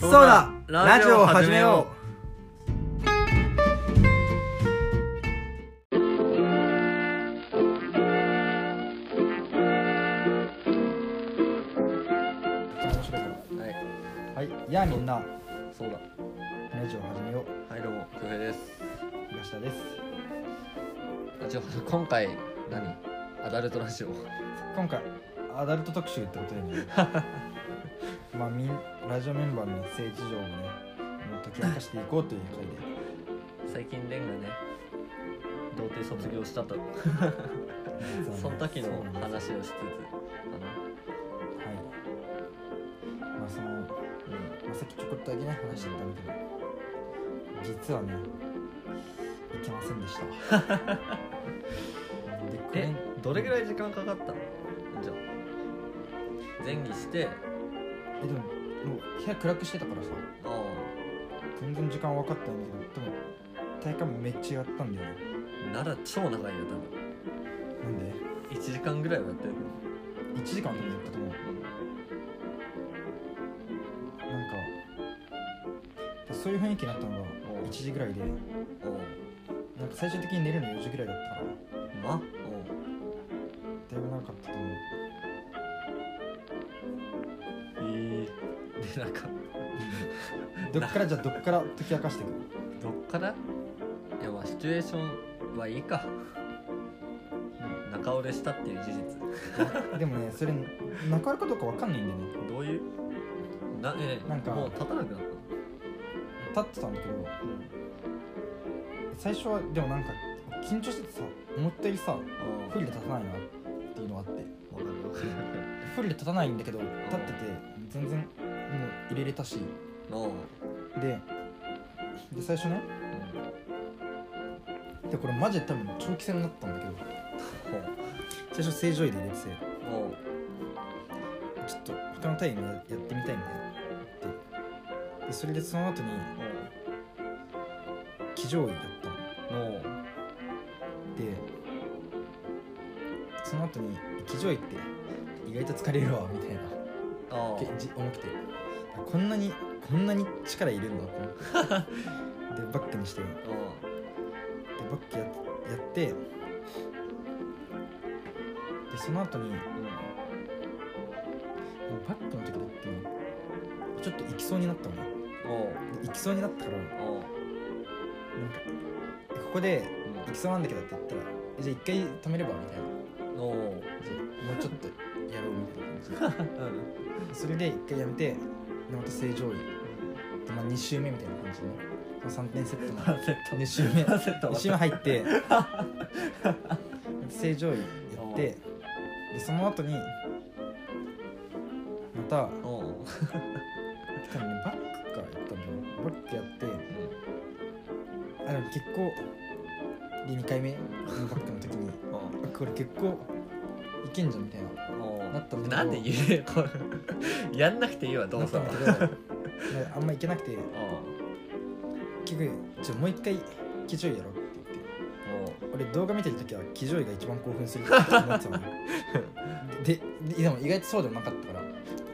そうだラジオを始めよ面白いからうはいはいやあみんなそうだラジオ始めようはいどうも恭平です東田ですラジオ今回何アダルトラジオ今回アダルト特集ってことやね まあみんラジオメンバーの性事情をねもう解き明かしていこうという最近レンがね童貞卒業したと回でその時のそうなんです話をしつつはいまあその、まあの、あ、さっきちょこっとだけね話してたんだけど実はねいけませんでしたでこえれどれぐらい時間かかったのじゃあ前儀してえでももう部屋暗くしてたからさああ全然時間分かってないんだけどでも体感めっちゃやったんだよねなら超長いよ多なんで分1時間ぐらいはやってる1時間とかやったと思うなんかそういう雰囲気になったのがおう1時ぐらいでなおおんか最終的に寝るの4時ぐらいだったからまだいぶ長かったと思うおええでなんかどっからじゃあどっから解き明かしていくどっからいやまあシチュエーションはいいか中折れしたっていう事のでもねそれ中あるかどうか分かんないんだよね実どういうなえなんかもう立たなくなったの立ってたんだけど最初はでもなんか緊張しててさ思ったよりさあフルで立たないなっていうのがあってあわかるわかるわかるフルで立たないんだけど立ってて全然もう入れれたしおうでで最初ねうんでこれマジで多分長期戦だったんだけど最初正常位で入れてておうちょっと他のタイムやってみたいんだよってでそれでその後に騎乗位だったのおうでその後に騎乗位って意外と疲れるわみたいなああけじ重くてあこんなにこんなに力入れるんだ と思ってでバックにしてでバックややってでその後にバックの時だってちょっと行きそうになったのねおおで行きそうになったからなんかおおここで行きそうなんだけどって言ったらえじゃあ一回止めればみたいなおおじゃあもうちょっとやろうみたいな感じでそれで一回やめてでまた正常位で、まあ、2周目みたいな感じでねその3点セットの 焦っ2周目た焦った2周目入って正常位やってでその後にまたおお多分ねバックからやったんだよねバックやってあでも結構で2回目のバックの時にあこれ結構いけんじゃんみたいななったんだけどなんで言えこれやんなくていいわどうぞなったんだけどであんまいけなくて結局じゃあもう一回騎乗位やろうって言って俺動画見てる時は騎乗位が一番興奮するって思ってたのよでででも意外とそうでもなかったから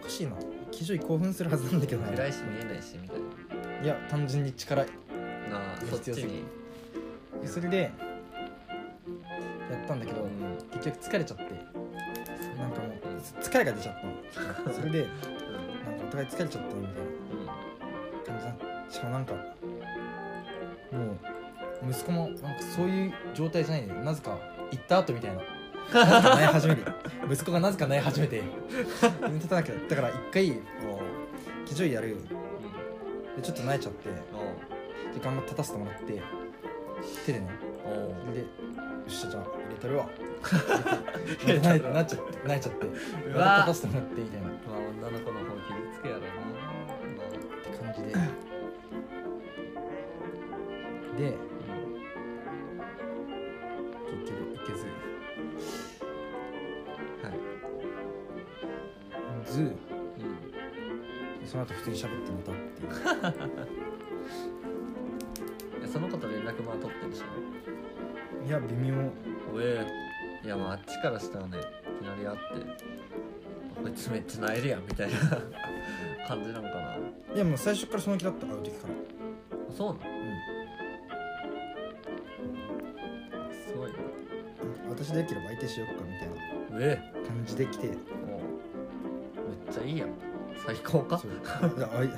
おかしいな騎乗位興奮するはずなんだけど暗ねいし見えないしみたいいや単純に力ななあそっちにそれでやったんだけど、うん結局疲れちゃってなんかもう疲れが出ちゃったのそれでなんかお互い疲れちゃったみたいな感じなしかもなんかもう息子もなんかそういう状態じゃないのよなぜか行った後みたいななぜか泣い始めて 息子がなぜか泣い始めて立たなきゃだから一回騎乗位やるでちょっと泣いちゃって時間も立たせてもらって手でねでよっしゃじゃあ入れた るわ入れたるわなっちゃってなっちゃってうまたわ立たせてもらってみたいなっまあ女の子の方傷つけやろうなまて感じでで結局いけずあはいずうんその後普通に喋ってみたっていういやその子と連絡も取ってるでしょいや微妙おえいやまああっちからしたらねいきなり会ってあこいつめっちゃ泣えるやんみたいな感じなんかないやもう最初からその気だった会う時からそうなのうすごいなん私できれば相手しよっかみたいえな感じで来てえもうめっちゃいいやん最高かそういやあい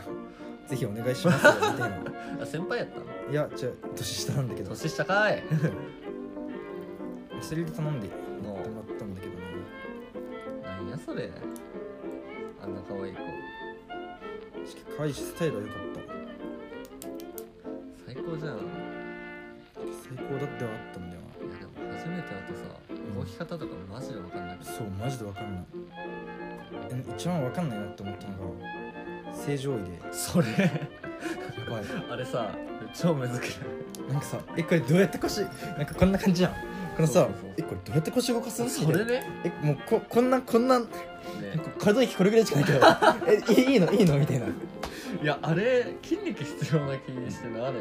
ぜひお願いしますよみ たいなあ先輩やったのいや違う年下なんだけど年下かいそれで頼んでももらったんだけどねうなんやそれあんな可愛い子確か可愛いしスタイルは良かった最高じゃんい最高だってはあったんだよやでも初めて会ってさ動き方とかマジで分かんなくなてそうマジで分かんないえ一番分かんないなって思ったのが正常位 でそれやばいあれさ超むずくないなんかさえこれどうやって腰なんかこんな感じじゃんこのさそうそうそうえこれどうやって腰動かすんそれねえもうここんなこんななんかね可動域これぐらいしかないけど えいいいいのいいのみたいないやあれ筋肉必要な気してなるよね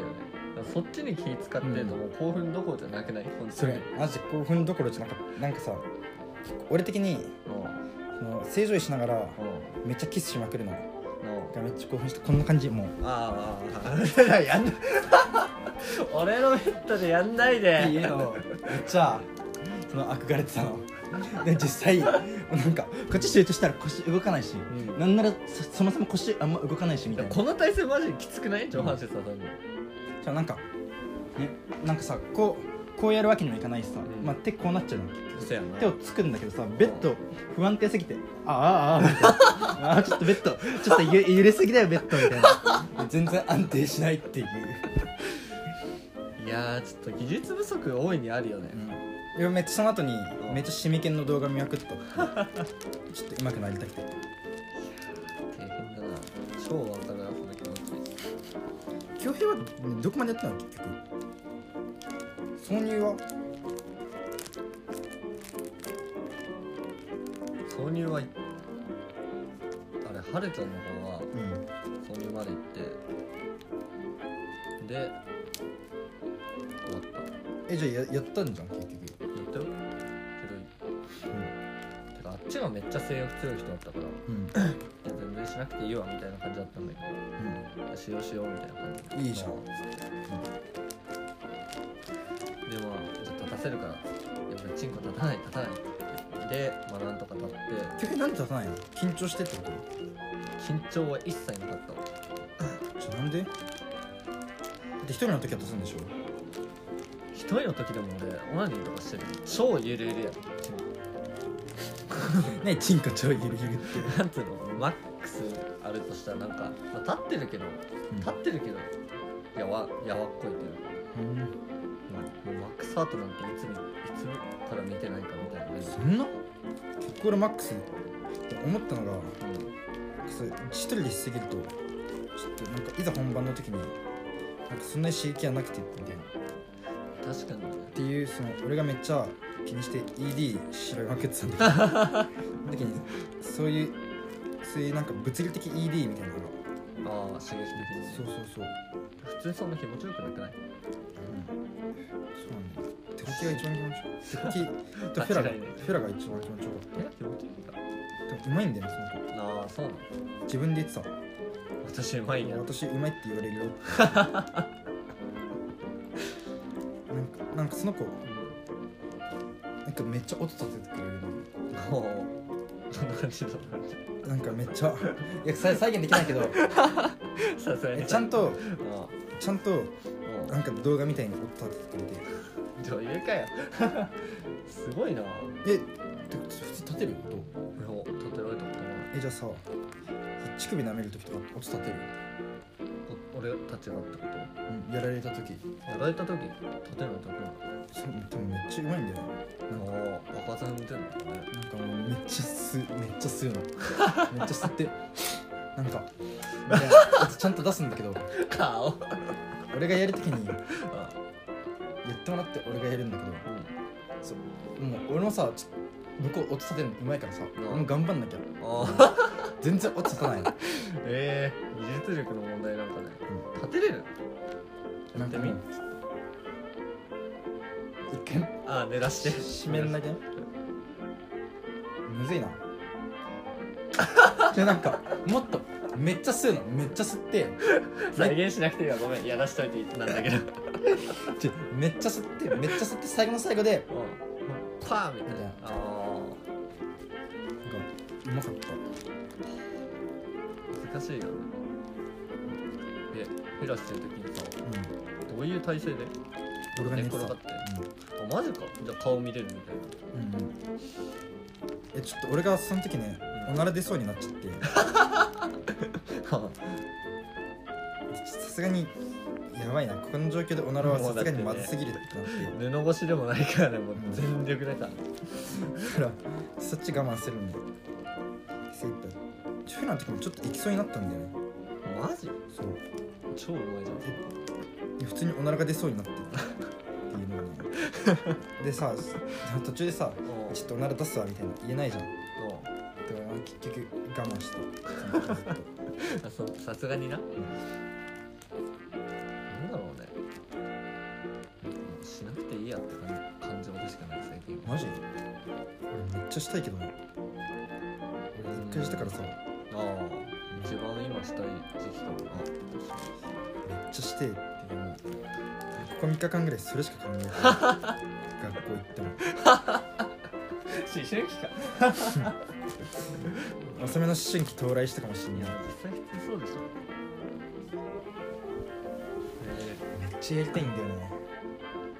そっちに気使ってるともう興奮どころじゃなくない本そ当にれマジで興奮どころじゃなかったなんかさ俺的にその正常位しながらうんうんめっちゃキスしまくるのうがんめっちゃ興奮してこんな感じもうああああ やんな 俺のベッドでやんないでいいよめっちゃその憧れてたので実際なんかこっち集中したら腰動かないし、んなんならそそもそも腰あんま動かないしみたいなこの体勢マジきつくない上半身さんのじゃあなんかねなんかさこうこうやるわけにもいかないしさ、んまあ、手こうなっちゃうの結局そうやな手をつくんだけどさベッド不安定すぎてああああみたいなああちょっとベッドちょっとゆ揺れすぎだよベッドみたいな全然安定しないっていう、いやーちょっと技術不足大いにあるよねいやめっちゃその後にめっちゃシミケンの動画見まくったちょっと上手くなりたくて大変だな超わかるわその気持ち恭平はどこまでやったの結局挿入は挿入はいあれはるちゃんの方はうん挿入まで行ってで終わったえじゃあややったんじゃん結局言ったよけどてかあっちがめっちゃ性欲強い人だったからいうんや全然しなくていいわみたいな感じだったんだけどしようしようみたいな感じいいじゃんでまあじゃあ立たせるからやっぱりチンコ立たない立たないってでまあなんとか立って結局なんで立たないの緊張してってこと緊張は一切なかったわちょなんでだって一人の時は立つんでしょ一人の時でも俺オナニーとかしてる超ゆるゆるやんチンコねチンコ超ゆるゆるってなんていうのマックスあるとしたらなんか、まあ、立ってるけど立ってるけどやわやわっこいというかうんまあ、もうマックスハートなんていつにいつから見てないかみたいなね、そんな結構俺マックスって思ったのがう、そう一人でしすぎるとちょっとなんかいざ本番の時になんかそんなに刺激はなくてみたいなん確かにねっていうその俺がめっちゃ気にして ED 調べまくってたんだけどその時にそういうそういうなんか物理的 ED みたいなのがああ刺激的そうにそうそう、普通にそんな気持ちよくなくないそうなんだよ手書きが一番気持ちよい手書きとフェラが間違いないフェラが一番気持ちよかっえ気持ちいいんだたでもうまいんだよねそのああそうなの子自分で言ってた私うまいんや私うまいって言われるよなんかなんかその子うんなんかめっちゃ音立ててくれるおお そんな感じだな感じのなんかめっちゃいや再再現できないけどさすがえにちゃんと ああちゃんとうなんか動画みたいに音立ててくん女優かよ すごいなれてえって普通立てる音俺も立てられたことないえじゃあさ乳首舐める時とか音立てる、お俺立ち上がったこやられた時とやられた時立てないとくないそでもめっちゃうまいんだよなんかああ若さん出てんのかねなんかもうめっちゃ吸うめっちゃ吸うのめっちゃ吸ってなんかみたいな音ちゃんと出すんだけど顔俺がやる時にあ言ってもらって俺がやるんだけどうんそうもう俺もさちょ向こう音立てるのうまいからさん俺も頑張んなきゃ ああ全然音立たないのええ技術力の問題なんかね、立てれるなんかもう一回ああ寝出して締めんだけむずいないやなんかもっとめっちゃ吸うのめっちゃ吸って再現しなくていいわごめんやらしといていいなんだけどちょめっちゃ吸ってめっちゃ吸って最後の最後でうんパーみたいなああなんかうまかったー難しいよねえフェラしてる時にさ、うん、どういう体勢で俺が寝てた寝っ転があマジかじゃあ顔見れるみたいなうんうんうんえちょっと俺がその時ねうんおなら出そうになっちゃってはさすがにやばいなこの状況でおならはさすがにまずすぎるってなってあ 布越しでもないからねもう全力だから、だからそっち我慢するんで精一杯中ュの時もちょっと行きそうになったんだよねマジそう超うまいじゃんで普通におならが出そうになってっていうのがねでさ途中でさ「うちょんっとおなら出すわ」みたいな言えないじゃんだから結局我慢したあそうさすがにな、なんだろうねもうしなくていいやって感感じも確かない最近マジ俺めっちゃしたいけどな俺一回したからさめああ一番今したい時期かもな っちゃしてっていうのをここ3日間ぐらいそれしか考えてない学校行っても思春期か遅めの思春期到来したかもしれいないや実際普通そうでしょえめっちゃやりたいんだよね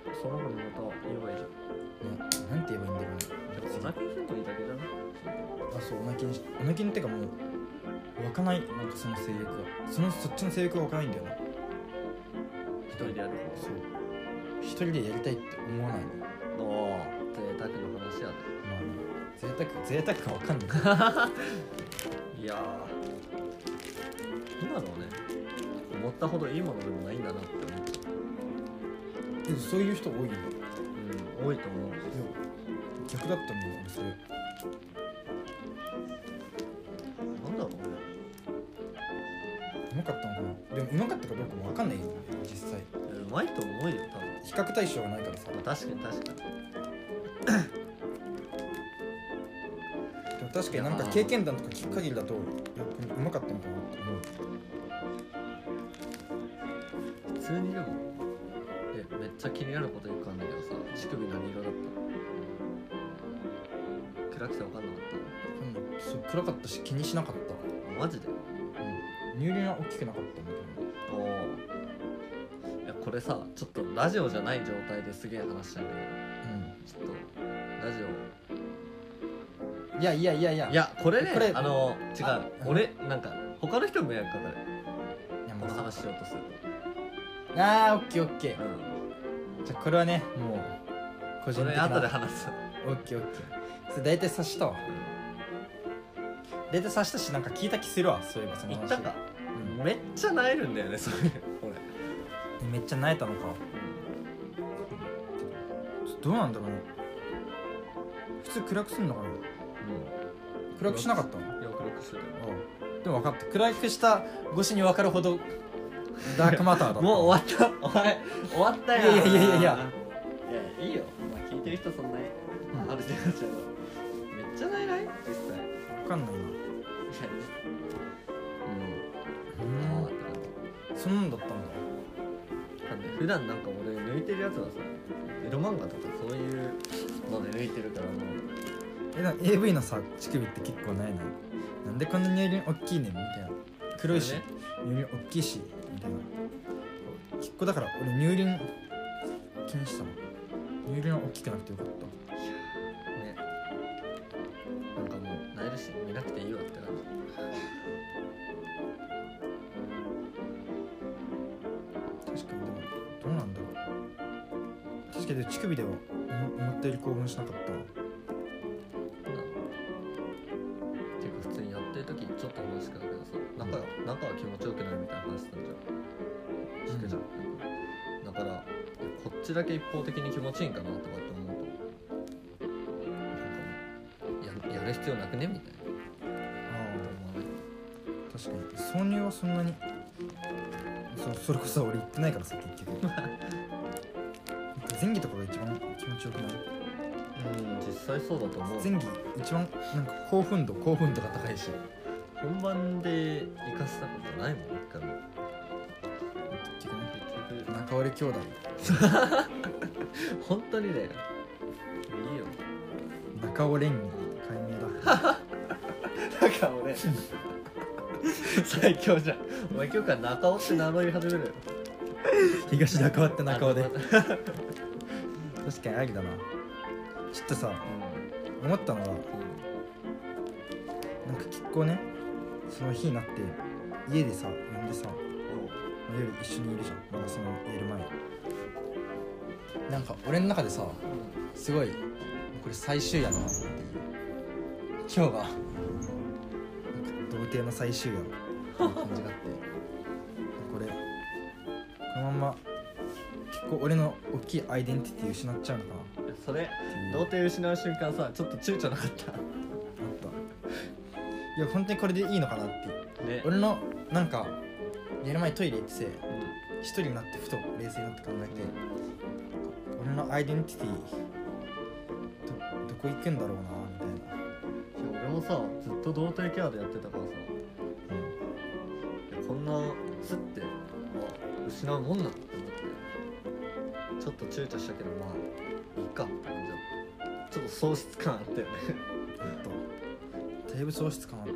ー、その子にまた言えばいいじゃねんなんて言えばいいんだろでうもおな腹にするといいだけじゃないあそうおなきにおなきにってかもう湧かないなんかその性欲がそのそっちの性欲が湧かないんだよな一人でやるそう一人でやりたいって思わないのまのおあ贅沢の話やねあね贅沢贅沢かわ かんないいやーどうだろうね思ったほどいいものでもないんだなって思っちゃでもそういう人多いよねう、うん、多いと思ういや逆だったんだよねそれなんだろうねうまかったのかなでもうまかったかどうかもわかんないよね実際いやうまいと思うよ多分比較対象がないからさまあ確かに確かにでも確かになんか経験談とか聞く限りだといやこれうまかったのかなって思う普通にでもえめっちゃ気になることよくあんだけどさ乳首何色だった暗くて分かんなかっうんそう暗かったし気にしなかったたマジで乳輪は大きくなかったんだけどおおいやこれさちょっとラジオじゃない状態ですげえ話したんだけどちょっとラジオうんいやいやいやいやいやこれねこれあの違うあ俺なんか他の人も迷惑かかるいやもこうの話しようとするああオッケーオッケと、ーうじゃあこれはねもう個ん、人そ的れな後で話す、オッケーオッケーそれ大体察したわ大体察したしなんか聞いた気するわそういえばその言っ話たかうんめっちゃなえるんだよねそれ俺めっちゃ萎えたのかどうなんだろうね普通暗くすんのかな暗くしなかったのあうんよくよくするあでも分かった暗くした越しに分かるほどダークマターだった もう終わったお前終わったよいやいやいやいやいやいいよ、まあ、聞いてる人そんなに、うんある程度ちゃうめっちゃないない実際いや分かんないなうんあーっうて感じんそんなんだったんだなんで普段なんか俺抜いてるやつはさエロ漫画とかそういうので抜いてるからもうえな AV のさ乳首って結構ないななんでこんな乳輪大きいねんみたいな黒いし、それね乳輪大きいしみたいな引っこだから俺乳輪気にしたの乳輪は大きくなくてよかったねなんかもうなえるし見なくていいわって感確かにでもどうなんだろう確かに乳首では思思ったより興奮しなかったわじなんていうか普通にやってる時ちょっと話しかだけどさ仲は仲は気持ちよくないみたいな話したんじゃん聞くじゃん、だからこっちだけ一方的に気持ちいいんかなとかって思うとなんかもうやるやる必要なくねみたいなあ思わないあ確かに挿入はそんなにそそれこそ俺行ってないからさ結局前戯とかが一番気持ちよくないうん実際そうだと思う 前戯一番なんか興奮度興奮度が高いしうん本番で生かしたことないもん一回も結局ね結局中折れ兄弟本当にねいいよ中尾蓮解明 だだから俺最強じゃんお前今日から中尾って名乗り始めるよ東中尾って中尾であの確かにありだなちょっとさ思ったのはなんか結構ねその日になって家でさ呼んでさ夜一緒にいるじゃんまだその寝る前なんか俺の中でさすごいこれ最終やなっていう今日がなんか童貞の最終やなっていう感じがあってこれこのまんま結構俺の大きいアイデンティティ失っちゃうのかなっうんそれていう童貞失う瞬間さちょっと躊躇なかっあったいや本当にこれでいいのかなってたね俺のなんか寝る前トイレ行っててうん一人になってふと冷静になって考えて俺のアイデンティティどどこ行くんだろうなみたいいや俺もさずっと童貞ケアでやってたからさな、いやこんなすって、まあ、失うもんなんって思ってちょっと躊躇したけどまあいいかって感じだったちょっと喪失感あったよねうんほんとだいぶ喪失感あって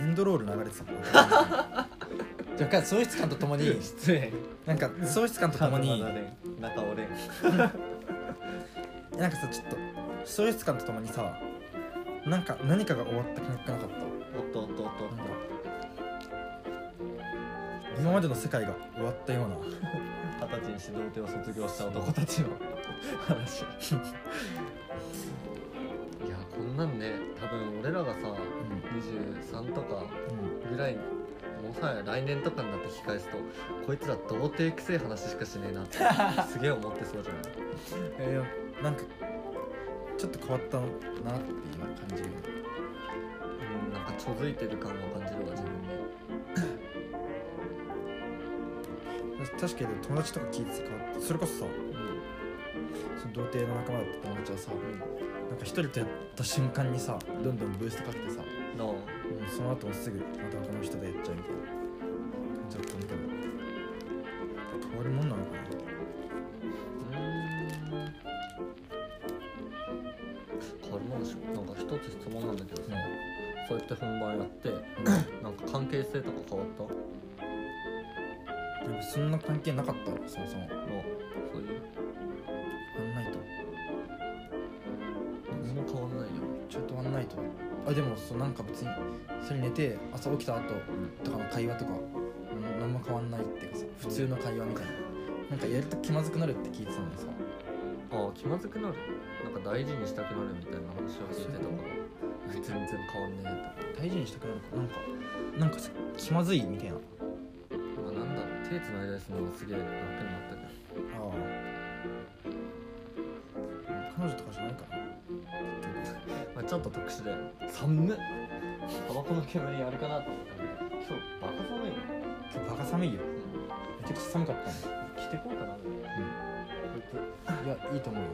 エンドロール流れてたもん若干喪失感とともに 失礼なんか喪失感とと もに中俺なんかさちょっと喪失感とともにさなんか何かが終わった感覚なかったおっとおっとおっとおっなんかと今までの世界が終わったような二十歳にして童貞を卒業した男たちの話いやこんなんね多分俺らがさ23とかうぐらいもはや来年とかになって引き返すとこいつら童貞くせえ話しかしねえなって すげえ思ってそうじゃないん、えー、なんかちょっと変わったなって今感じるうんなんかちょづいてる感を感じるわ自分で確かに友達とか聞いてて変わったそれこそさうんその童貞の仲間だった友達はさなんか一人とやった瞬間にさどんどんブーストかけてさ、のうんその後もすぐまた他の人とやっちゃうみたいな感じだったんだけど変わるもんなのかな変わるもんでしょなんか一つ質問なんだけどさ、そうやって本番やってなんか関係性とか変わったでもそんな関係なかったわそもそものそういうワンナイト何も変わんないよ、ちょっとワンナイトあでもそうなんか別にそれ寝て朝起きた後とかの会話とかうん何も変わんないっていうかさ普通の会話みたいななんかやると気まずくなるって聞いてたのにさああ気まずくなるなんか大事にしたくなるみたいな話を聞いてたから全然変わんねえ大事にしたくなるかなんかなんかさ気まずいみたいなあとまあなんだろう手つないだりするのがすげえ楽になったけどあ彼女とかじゃないかな まあ、ちょっと特殊で寒っタバコの煙やるかなと思ったけど今日バカ寒いな今日バカ寒いよめちゃくちゃ寒かったね着てこうかな、いやいいと思うよ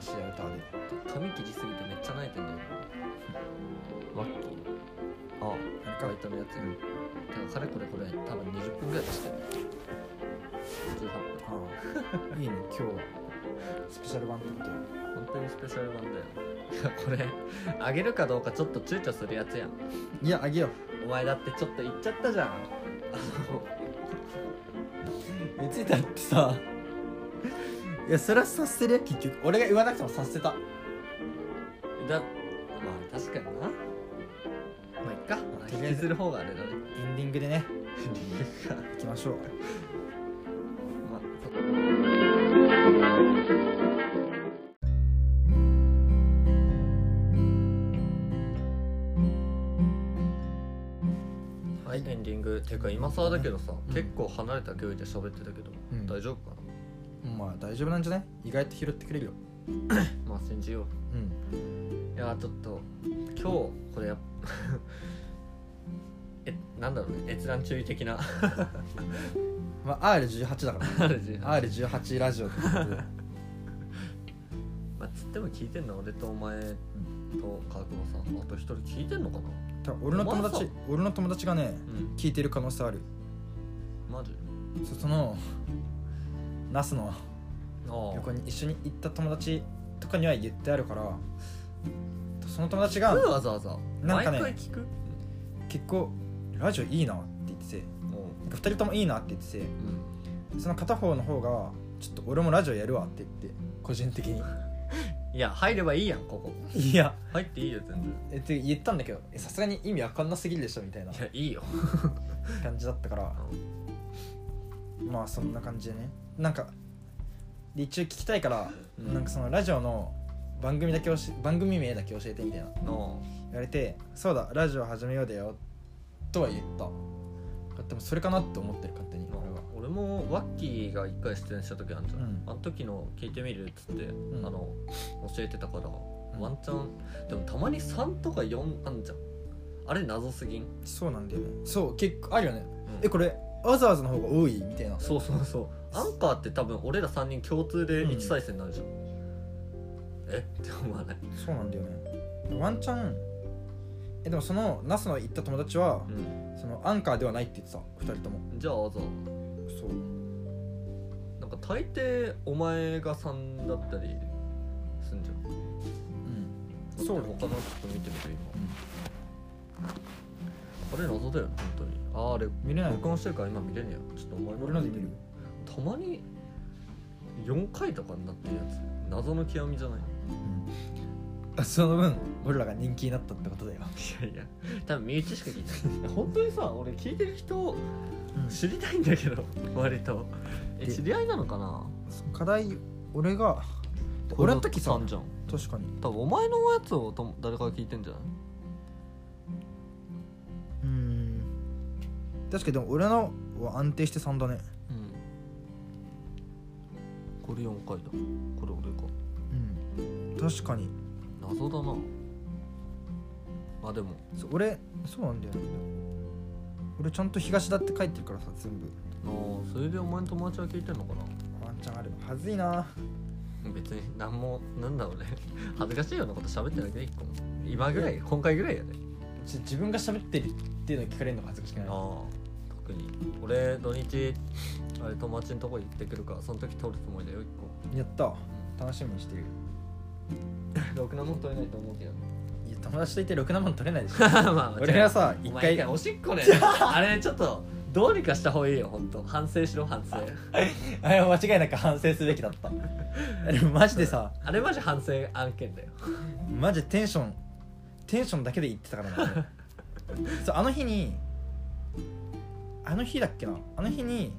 新しいアウターで髪切りすぎてめっちゃ泣いてんだよワッキーあああれかバイトのやつ、うんだからかれこれこれ多分20分ぐらいしてる18ああいいね今日はスペシャル版ってことよ分本当にスペシャル版だよ いやこれあげるかどうかちょっと躊躇するやつやんいやあげようお前だってちょっと言っちゃったじゃんあの別にだってさいやそれは察せるよ結局俺が言わなくても察せたまだまあ確かになまあいっかまあと引りあえずきずる方があれだねエンディングでね理由がいきましょうまあそはい、エンディングていうか今更だけどさ、うん結構離れた距離で喋ってたけど、うん大丈夫かまあ大丈夫なんじゃない意外と拾ってくれるよなまあ信じようんういやーちょっと今日これやっ えなんだろうね閲覧注意的な まあ R18 だからあるじゃん R18 ラジオってことでまあ、つでも聞いてんの俺とお前と川久保さんあと一人聞いてんのかな多分俺の友お前達さ俺の友達がねうん聞いてる可能性あるマジそそのナスのああ旅行に一緒に行った友達とかには言ってあるからその友達が聞くわざわざなんかね毎回聞く結構ラジオいいなって言っててもなんか2人ともいいなって言ってううんてその片方の方がちょっと俺もラジオやるわって言って個人的にいや入ればいいやんここいや入っていいよ全然えって言ったんだけどえさすがに意味わかんなすぎるでしょみたいないやいいよ感じだったからまあそんな感じでねなんかで一応聞きたいから、うんなんかそのラジオの番組だけ教え番組名だけ教えてみたいななあ言われて「そうだラジオ始めようだよ」とは言ったでもそれかなって思ってる勝手にまあ俺は俺もワッキーが一回出演した時あるじゃん、うんあの時の聞いてみるっつっんて、あの教えてたから、んワンチャンでもたまに3とか4あんじゃんあれ謎すぎん、そうなんだよねそう結構あるよねええこれわざわざの方が多いみたいなそうそうそうアンカーって多分俺ら3人共通でうん1再生になるじゃん、えって思わない、そうなんだよねワンチャンえでもそのナスの行った友達は、うそのアンカーではないって言ってた2人ともん、じゃあわざわざそうなんか大抵お前が3だったりすんじゃんうんそそうう他だのちょっと見てみて今、あれ謎だよね本当にあーあれ見れない録音してるから今見れねえよちょっとお前俺ので見るたまに4回とかになってるやつ謎の極みじゃないその分俺らが人気になったってことだよ、いやいや多分身内しか聞いて ない本当にさ俺聞いてる人知りたいんだけど割とえで知り合いなのかな課題俺が俺の時さこれだって三じゃん確かに多分お前のやつをとも誰かが聞いてんじゃないうん確かにでも俺のは安定して3だねうんこれ4回だこれ俺かうん確かに謎だなあでもそう俺そうなんだよね俺ちゃんと東だって書いてるからさ全部あーそれでお前の友達は聞いてんのかなワンチャンあるはずいな別に何もなんだろうね 恥ずかしいようなこと喋ってないけど1個も今ぐらい今回ぐらいやねち自分が喋ってるっていうのを聞かれるのが恥ずかしくないああ特に俺土日あれ友達のとこ行ってくるからその時撮るつもりだよ1やった楽しみにしてる個 ろくなもん撮れないと思うけどいや友達といてろくなもん取れないで しょ まあ俺はさ一一回回おしっ こねあれちょっとどうにかした方がいいよ本当反省しろ反省 あれは間違いなく反省すべきだ ったでもマジでさあれマジ反省案件だよマジテンションテンションだけで言ってたから ねそうあの日にあの日だっけなあの日に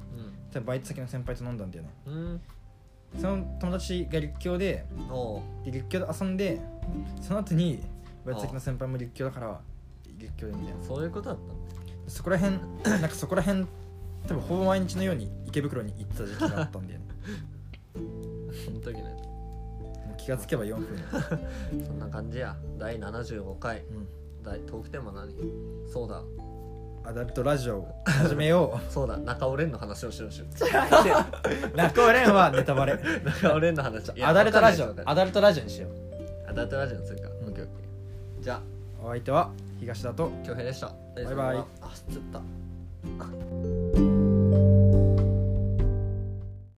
多分バイト先の先輩と飲んだんだよねうん、うん、その友達が立教でおうで立教で遊んでその後にバイト先の先輩も立教だから立教でみたいなそういうことだったんだそこら辺 なんかそこら辺多分ほぼ毎日のように池袋に行ってた時期があったんだよ ねその時のやもう気がつけば4分、 つそんな感じや第75回大トークテーマ何そうだうん、アダルトラジオを始めよそうだ中尾蓮の話をしろしろうラッコレンはネタバレ 中尾蓮の話いやアダルトラジオわかんないアダルトラジオにしようアダルトラジオにするか、んオッケーオッケーじゃあお相手は東だと恭平でしたバイバイあつった